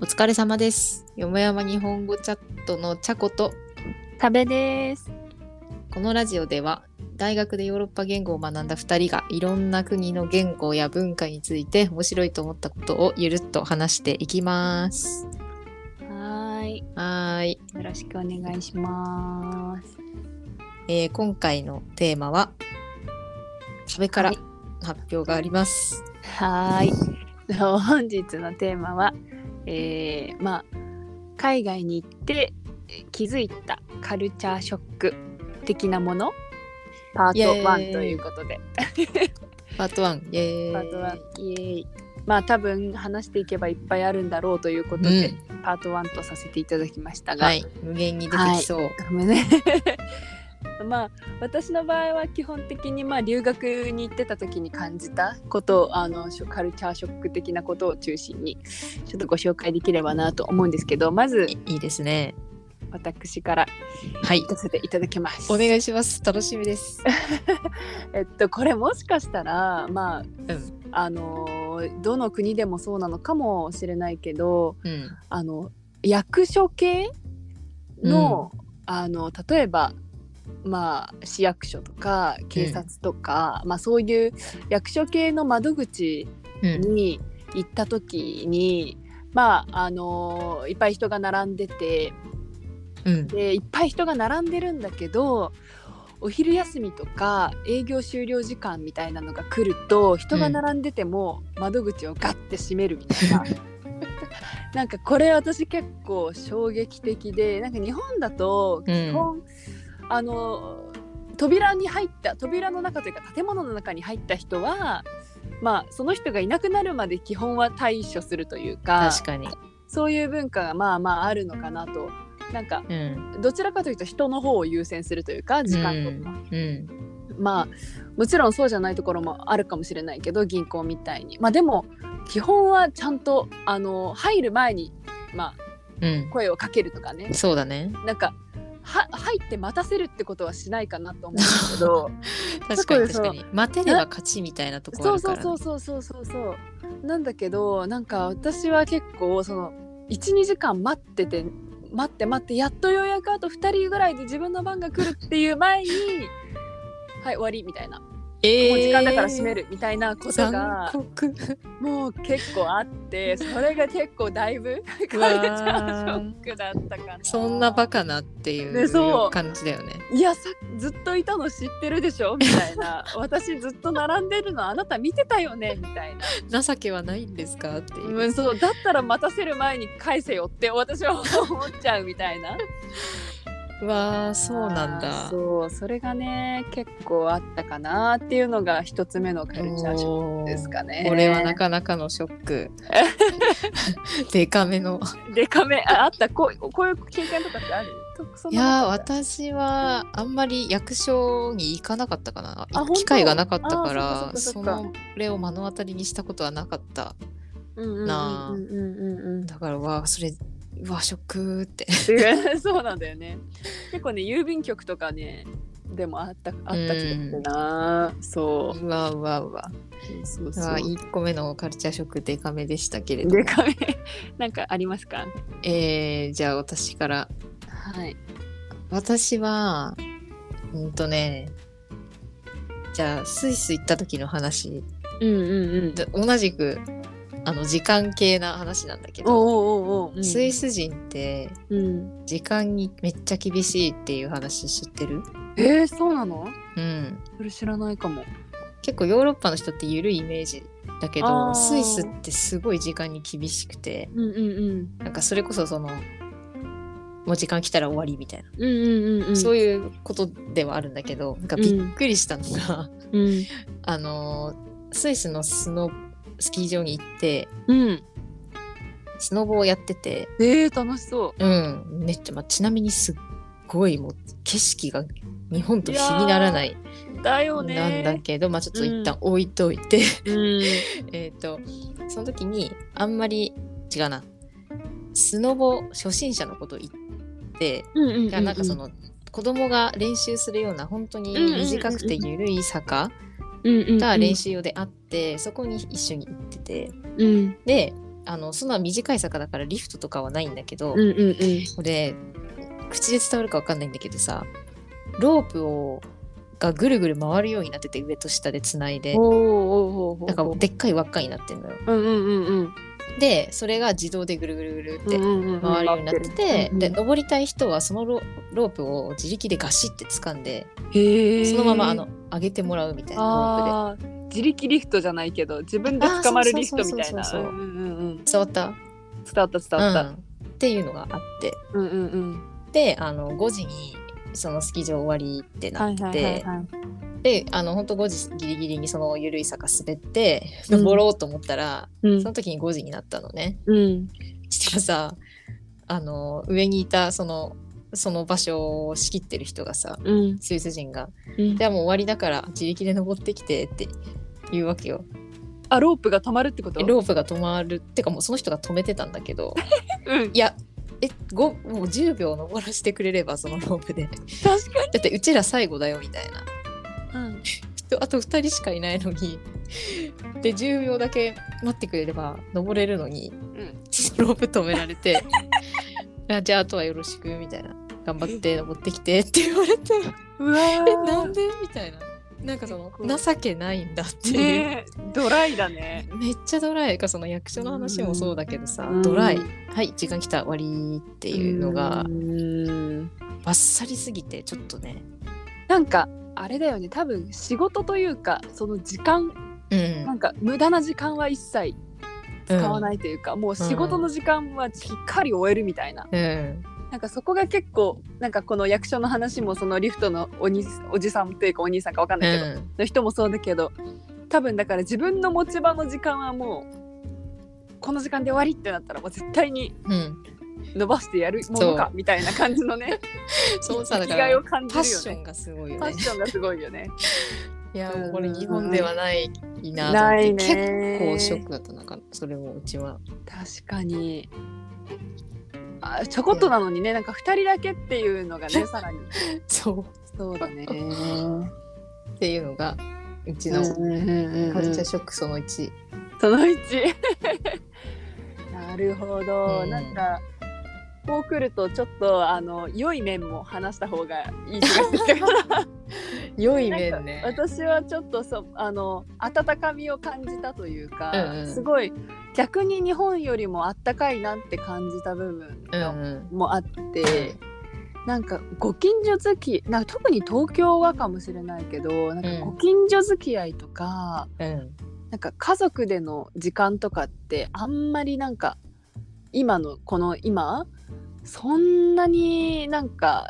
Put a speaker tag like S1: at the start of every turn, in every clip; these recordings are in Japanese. S1: 疲れ様です。よもやま日本語チャットのチャコと、
S2: 食べです。
S1: このラジオでは、大学でヨーロッパ言語を学んだ2人が、いろんな国の言語や文化について面白いと思ったことをゆるっと話していきます。
S2: はーい、よ
S1: はーい、
S2: ろしくお願いします。
S1: えー今回のテーマは、食べから
S2: はい
S1: 発表があります。
S2: はーい、本日のテーマは、えー、まあ海外に行ってえー気づいたカルチャーショック的なもの。パ
S1: イエ
S2: ー
S1: ーイ
S2: ト1ということで、
S1: パート1、イエーイ。
S2: パート1、イエーイ。まあ多分話していけばいっぱいあるんだろうということで、
S1: う
S2: パート1とさせていただきました
S1: ん、
S2: が、
S1: はい、無限に出てきそう。
S2: ごめんね まあ私の場合は基本的にまあ留学に行ってた時に感じたことをあのショカルチャーショック的なことを中心にちょっとご紹介できればなと思うんですけどまず
S1: い、いいですね。
S2: 私から
S1: はい
S2: 行、かせていただきます。
S1: お願いします。楽しみです。
S2: えっとこれもしかしたらまあ、
S1: うん
S2: あのーどの国でもそうなのかもしれないけど
S1: うん。
S2: あの役所系の,、あの例えば、まあ、市役所とか警察とか、まあ、そういう役所系の窓口
S1: うん。
S2: に行った時に、まああのいっぱい人が並んでて
S1: うん。
S2: でいっぱい人が並んでるんだけどお昼休みとか営業終了時間みたいなのが来ると人が並んでても窓口をガッて閉めるみたいな。なんかこれ私結構衝撃的でなんか日本だと基本、あの扉に入った扉の中というか建物の中に入った人はまあその人がいなくなるまで基本は対処するというか
S1: 確かに。
S2: そういう文化がまあまああるのかなとなんか
S1: うん。
S2: どちらかというと人の方を優先するというか時間とか、
S1: うん。
S2: まあもちろんそうじゃないところもあるかもしれないけど銀行みたいにまあでも基本はちゃんとあの入る前に、ま
S1: うん
S2: あ、。声をかけるとかね
S1: そうだね。
S2: なんかは入って待たせるってことはしないかなと思うんです けど
S1: 確かに
S2: そ
S1: 確か
S2: う
S1: に。待てれば勝ちみたいなところ
S2: そ
S1: あ
S2: う
S1: るか
S2: そ
S1: ら、
S2: う
S1: ね。
S2: そうそうそうそうそうなんだけどなんか私は結構その12時間待ってて待って待ってやっとようやくあと2人ぐらいで自分の番が来るっていう前に はい終わりみたいな、
S1: えー
S2: もう時間だから閉めるみたいなこと
S1: 残
S2: が
S1: 酷。
S2: もう結構あってそれが結構だいぶ
S1: う
S2: カ
S1: わ
S2: ル
S1: ー
S2: チャーショックだったかな
S1: そんなバカなってい
S2: ねそうう
S1: 感じだよね。
S2: いやさずっといたの知ってるでしょみたいな私ずっと並んでるのあなた見てたよねみたいな、
S1: 情けはないんですかっていう。
S2: うん、そうだったら待たせる前に返せよって私は思っちゃうみたいな
S1: うわあ、 そうなん
S2: あー
S1: だ。
S2: そうそれがね結構あったかなっていうのが一つ目のカルチャーショックですかね
S1: おーこれはなかなかのショッ ク。デカめの。
S2: クでかめああったこうこういう経験とかってあるとそん
S1: い
S2: な
S1: やー
S2: なかった
S1: 私はあんまり役所に行かなかったかな行
S2: 本
S1: く
S2: 当
S1: 機会がなかったから
S2: あー
S1: そ
S2: そっかそっかそっか
S1: のそれを目の当たりにしたことはなかった
S2: うんうんうん
S1: なあ
S2: うんうんうんうん
S1: だからわあそれうわショックーって
S2: っていう そうなんだよね結構ね郵便局とかねでもあったあった気がするな、そう
S1: わうわうわ
S2: うそう
S1: う
S2: そう
S1: わ1個目のカルチャーショックデカめでしたけれど
S2: でかめなんかありますか
S1: えー、じゃあ私から
S2: はい
S1: 私はうんとねじゃあスイス行った時の話
S2: うんうんうん
S1: で同じくあの時間系な話なんだけど
S2: おうおうおうおう、うん、
S1: スイス人って
S2: うん
S1: 時間にめっちゃ厳しいっていう話知ってる
S2: えー、そうなの
S1: うん
S2: それ知らないかも
S1: 結構ヨーロッパの人って緩いイメージだけ
S2: あ
S1: ど
S2: ー
S1: スイスってすごい時間に厳しくて
S2: うんうんうん
S1: なんかそれこそそのもう時間来たら終わりみたいな、
S2: うんうんうんうん
S1: そう
S2: い
S1: いうことではあるんだけどなんかびっくりしたのが、
S2: うん
S1: あのースイスのスノスキー場に行って
S2: うん
S1: スノボをやってて
S2: えー、楽しそ
S1: うんめっちゃ、まあ、ちなみにすっごいもう景色が日本と比にならないう
S2: だよね
S1: なんだけど、まあ、ちょっと一旦置いといて、
S2: うん
S1: えっとその時にあんまり違うなスノボ初心者のこと言って、
S2: うんうんうん
S1: じゃあなんかその子供が練習するような本当に
S2: うんうんうん
S1: 短くて緩い坂
S2: うんうんうん
S1: が練習用であって、そこに一緒に行ってて
S2: うん
S1: であのそんな短い坂だからリフトとかはないんだけど、
S2: うんうんうん
S1: これ口で伝わるかわかんないんだけどさロープをがぐるぐる回るようになってて上と下でつないで
S2: おーおーおーおー
S1: なんかでっかい輪っかになってんのよ。
S2: うんうんうんうん
S1: でそれが自動でぐるぐるぐるっ
S2: う
S1: て
S2: んうんうん
S1: 回るようになってて、
S2: うんうん
S1: で登りたい人はそのロロープを自力でガシッて掴んで、
S2: へー
S1: そのままあの上げてもらうみたいなロープ
S2: あー自力リフトじゃないけど自分で捕まるリフトみたいな
S1: あーそうそうそうそうそう
S2: うんうんうん
S1: で伝わった
S2: 伝わった伝わった、
S1: うん、っていうのがあって
S2: うん、うんうん
S1: であの5時にそのスキー場終わりってなってて、
S2: はい
S1: であの本当5時ギリギリにその緩い坂滑って
S2: うん
S1: 登ろうと思ったら、
S2: うん
S1: その時に5時になったのね。
S2: うん
S1: したらさあの上にいたそのその場所を仕切ってる人がさ
S2: うん
S1: スイス人が
S2: う
S1: 「
S2: ん
S1: じゃあもう終わりだから自力で登ってきて」って言うわけよ。
S2: あロープが止まるってこと
S1: ロープが止まるってかもうその人が止めてたんだけど
S2: うん
S1: いやえごもう10秒登らせてくれればそのロープで
S2: 確か
S1: だってうちら最後だよみたいな
S2: に、
S1: 人あと2人しかいないのにで10秒だけ待ってくれれば登れるのに
S2: うん
S1: ロープ止められてあじゃああとはよろしくみたいな頑張って登ってきてって言われて
S2: うわー
S1: えなんでみたいななんかその
S2: 結
S1: 情けないんだっていう、
S2: ねえドライだね
S1: めっちゃドライかその役所の話もそうだけどさ
S2: うん
S1: ドライはい時間来た終わりっていうのが
S2: うん
S1: バッサリすぎてちょっとね
S2: なんかあれだよね多分仕事というかその時間
S1: うん
S2: なんか無駄な時間は一切使わ
S1: い、
S2: ないというか、もう仕事の時間はしっかり終えるみたいな、
S1: うんうん
S2: なんかそこが結構なんかこの役所の話もそのリフトのおにおじさんというかお兄さんかわかん
S1: う
S2: ないけど、
S1: ん、
S2: の人もそうだけど多分だから自分の持ち場の時間はもうこの時間で終わりってなったらもう絶対に
S1: うん
S2: 伸ばしてやるものかみたいな感じのね
S1: そうさだ
S2: 生
S1: か
S2: き
S1: ら
S2: がいを感じ
S1: パッ
S2: るよ
S1: ション
S2: ね。
S1: がすごいよ
S2: ファ
S1: ね
S2: ッ。ションがすごいよね。
S1: いや
S2: うん
S1: もうこれ日本ではないなと
S2: な
S1: 思
S2: い
S1: って結
S2: ね。
S1: 構ショックだったなんかそれもうちは。
S2: 確かに。あちょこっとなのにね、なんか二人だけっていうのがね、さらに。
S1: そう
S2: そうだね。
S1: っていうのがうち
S2: う
S1: の
S2: んうんうんうん
S1: カルチャーショックその1。
S2: その1 なるほど、
S1: うん
S2: なんかこう来るとちょっとあの良い面も話した方がいい気がしてきた
S1: 良い面ね。
S2: なんか私はちょっとそあの温かみを感じたというか、
S1: うんうん
S2: すごい逆に日本よりもあったかいなって感じた部分
S1: うんう
S2: が
S1: ん。
S2: もあって、なんかご近所付きなんか特に東京はかもしれないけどなんかご近所付き合いとか、
S1: うん
S2: なんか家族での時間とかってあんまりなんか今のこの今そんなになんか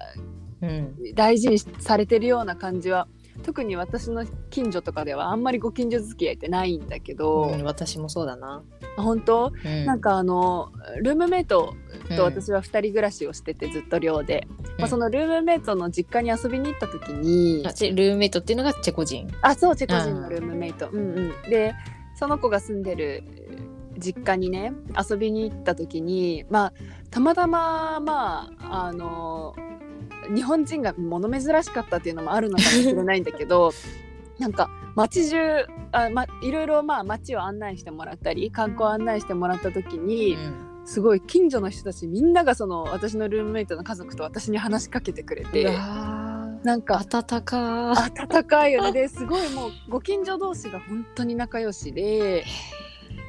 S1: うん。
S2: 大事にされてるような感じは特に私の近所とかではあんまりご近所付き合いってないんだけど、
S1: うん私もそうだな。
S2: 本当、
S1: うん
S2: なんかあのルームメイト
S1: うん
S2: と私は2人暮らしをしててずっと寮で、
S1: う
S2: まあ、
S1: ん
S2: そのルームメイトの実家に遊びに行った時に、
S1: あチェルームメイトっていうのがチェコ人。
S2: あそうチェコ人のルームメイト、うんうん、でその子が住んでるえー実家にね遊びに行った時にまあたまたままああの日本人が物珍しかったっていうのもあるのかもしれないんだけ どなんか街中あ、ま、いろいろまあ街を案内してもらったり観光案内してもらった時に
S1: うん
S2: すごい近所の人たちみんながその私のルームメイトの家族と私に話しかけてくれ
S1: う
S2: て
S1: わ
S2: なんか
S1: ー暖かー。
S2: 温かいよねですごいもうご近所同士が本当に仲良しで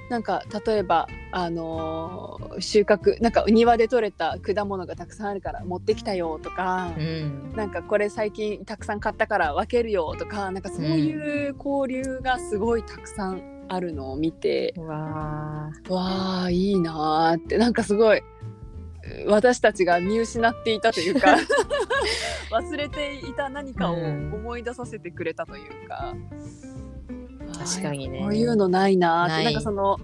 S2: なんか例えば、あのー収穫なんか庭で採れた果物がたくさんあるから持ってきたよとか、
S1: うん。
S2: なんかこれ最近たくさん買ったから分けるよとかなんかそういう交流がすごいたくさんあるのを見て、
S1: うわ
S2: わあいいなーってなんかすごい私たちが見失っていたというか 忘れていた何かを
S1: うん
S2: 思い出させてくれたというか、
S1: 確かにね
S2: あーこういうのないなーって
S1: な
S2: ないんかその、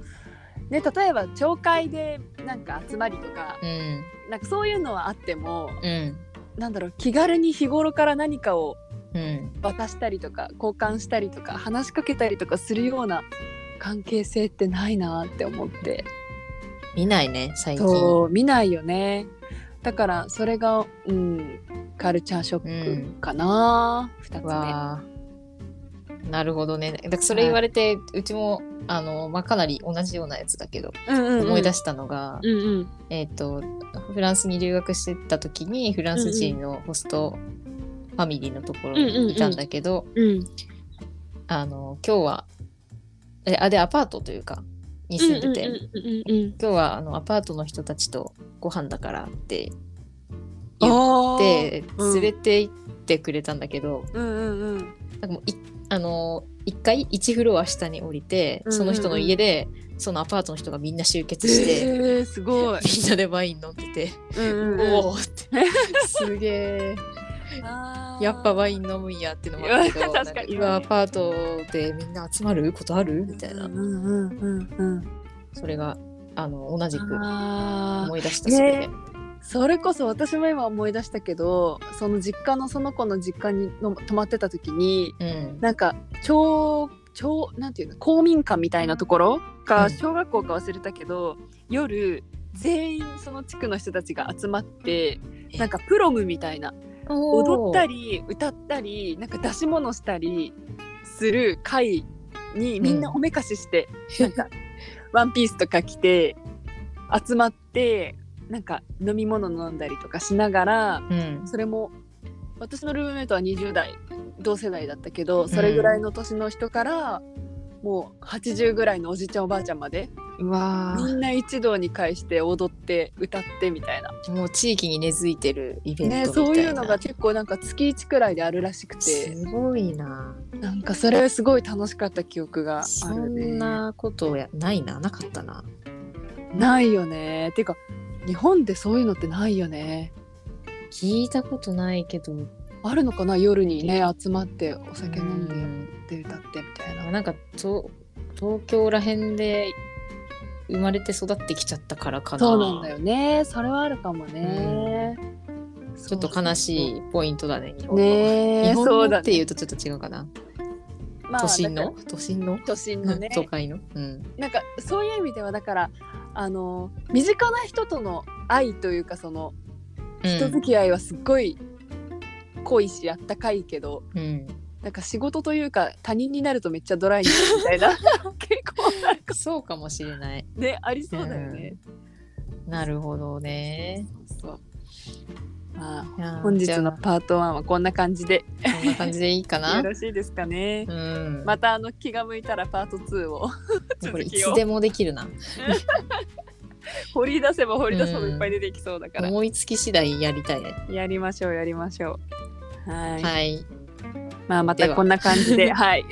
S2: ね、例えば町会でなんか集まりとか
S1: ー。うん
S2: なんかそういうのはあっても
S1: うん
S2: なんだろう気軽に日頃から何かを
S1: うん。
S2: 渡したりとか交換したりとか話しかけたりとかするような関係性ってないなーって思って。
S1: 見ないね最近。
S2: そう見ないよねだからそれが、うん、カルチャーショックかな、二
S1: わあ。なるほどね。だからそれ言われて、うちもあの、まあ、かなり同じようなやつだけど、思い出
S2: し
S1: したのが、
S2: うんうん
S1: えっ、とフランスに留学してた時にフランス人のホストファミリーのところにいたんだけど、
S2: うん
S1: あの今日はえあでアパートというかに住んでて、
S2: うんうんうんうん
S1: 今日はあのアパートの人たちとご飯だからって
S2: あー
S1: で
S2: うん
S1: 連れて行ってくれたんだけど、
S2: うんうんうん
S1: なんかもういあの1階1フロア下に降りてその人の家で、そのアパートの人がみんな集結して、
S2: えー、すごい、
S1: みんなでワイン飲んでて。
S2: うんうんうん
S1: おおってすげえ
S2: あー
S1: やっぱワイン飲むんやってのもあるけど
S2: 確かに
S1: なんか今アパートでみんな集まることあるみたいな
S2: うんうんうんうん
S1: それがあの同じく
S2: あー
S1: 思い出したそれで、
S2: それこそ私も今思い出したけどその実家のその子の実家にの泊まってた時に
S1: うん
S2: なんか超超なんていうの公民館みたいなところ
S1: う
S2: か
S1: ん
S2: 小学校か忘れたけど、夜全員その地区の人たちが集まって
S1: え
S2: なんかプロムみたいな踊ったり歌ったりなんか出し物したりする会にみんなおめかしして、なんかワンピースとか着て集まってなんか飲み物飲んだりとかしながら
S1: うん
S2: それも私のルームメイトは20代同世代だったけどそれぐらいの年の人から、もう80ぐらいのおじいちゃんおばあちゃんまで
S1: うわ
S2: みんな一堂に会して踊って歌ってみたいな
S1: ーもう地域に根付いてるイベントみたい
S2: ね
S1: な、
S2: そういうのが結構なんか月1くらいであるらしくて
S1: すごいな
S2: なんかそれすごい楽しかった記憶があ
S1: そ
S2: るね
S1: んなことやないななかったな
S2: ないよねてか日本でそういうのってないよね
S1: 聞いたことないけど
S2: あるのかな夜にね集まってお酒飲んで
S1: う
S2: や
S1: ん
S2: って歌ってみたいな
S1: なんかと東京ら辺で生まれて育ってきちゃったからかな
S2: そうなんだよねそれはあるかもね
S1: ちょっと悲しいポイントだね日本の、
S2: ね
S1: 日
S2: えそう
S1: 本の
S2: だ
S1: っていうとちょっと違うかな、
S2: まあ
S1: 都心
S2: だ
S1: の
S2: か
S1: 都心の
S2: ら都心のね
S1: 都会のうん
S2: なんかそういう意味ではだからあの身近な人との愛というかその人付き合いはすっごい濃いしあったかいけど、
S1: うんうん
S2: なんか仕事というか他人になるとめっちゃドライになるみたい な結構なんか
S1: そうかもしれない
S2: ねありそうだよね。
S1: なるほどね
S2: そうそうま
S1: いや
S2: あ
S1: ー
S2: 本日
S1: じゃ
S2: の
S1: あ
S2: パート1はこんな感じで
S1: こんな感じでいいかな
S2: よろし いですかね。
S1: うん
S2: またあの気が向いたらパート2を
S1: これ
S2: 続
S1: い
S2: きを
S1: つでもできるな
S2: 掘り出せば掘り出せばいっぱい出てきそうだから、
S1: 思いつき次第やりたいね
S2: やりましょうやりましょう。はい、
S1: はい
S2: まあま
S1: で
S2: た
S1: は
S2: こんな感じ ではい、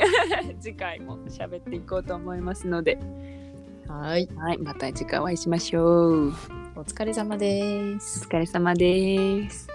S2: 次回も喋っていこうと思いますので、
S1: はい
S2: はい、また次回お会いしましょう。
S1: お疲れ様です
S2: お疲れ様です。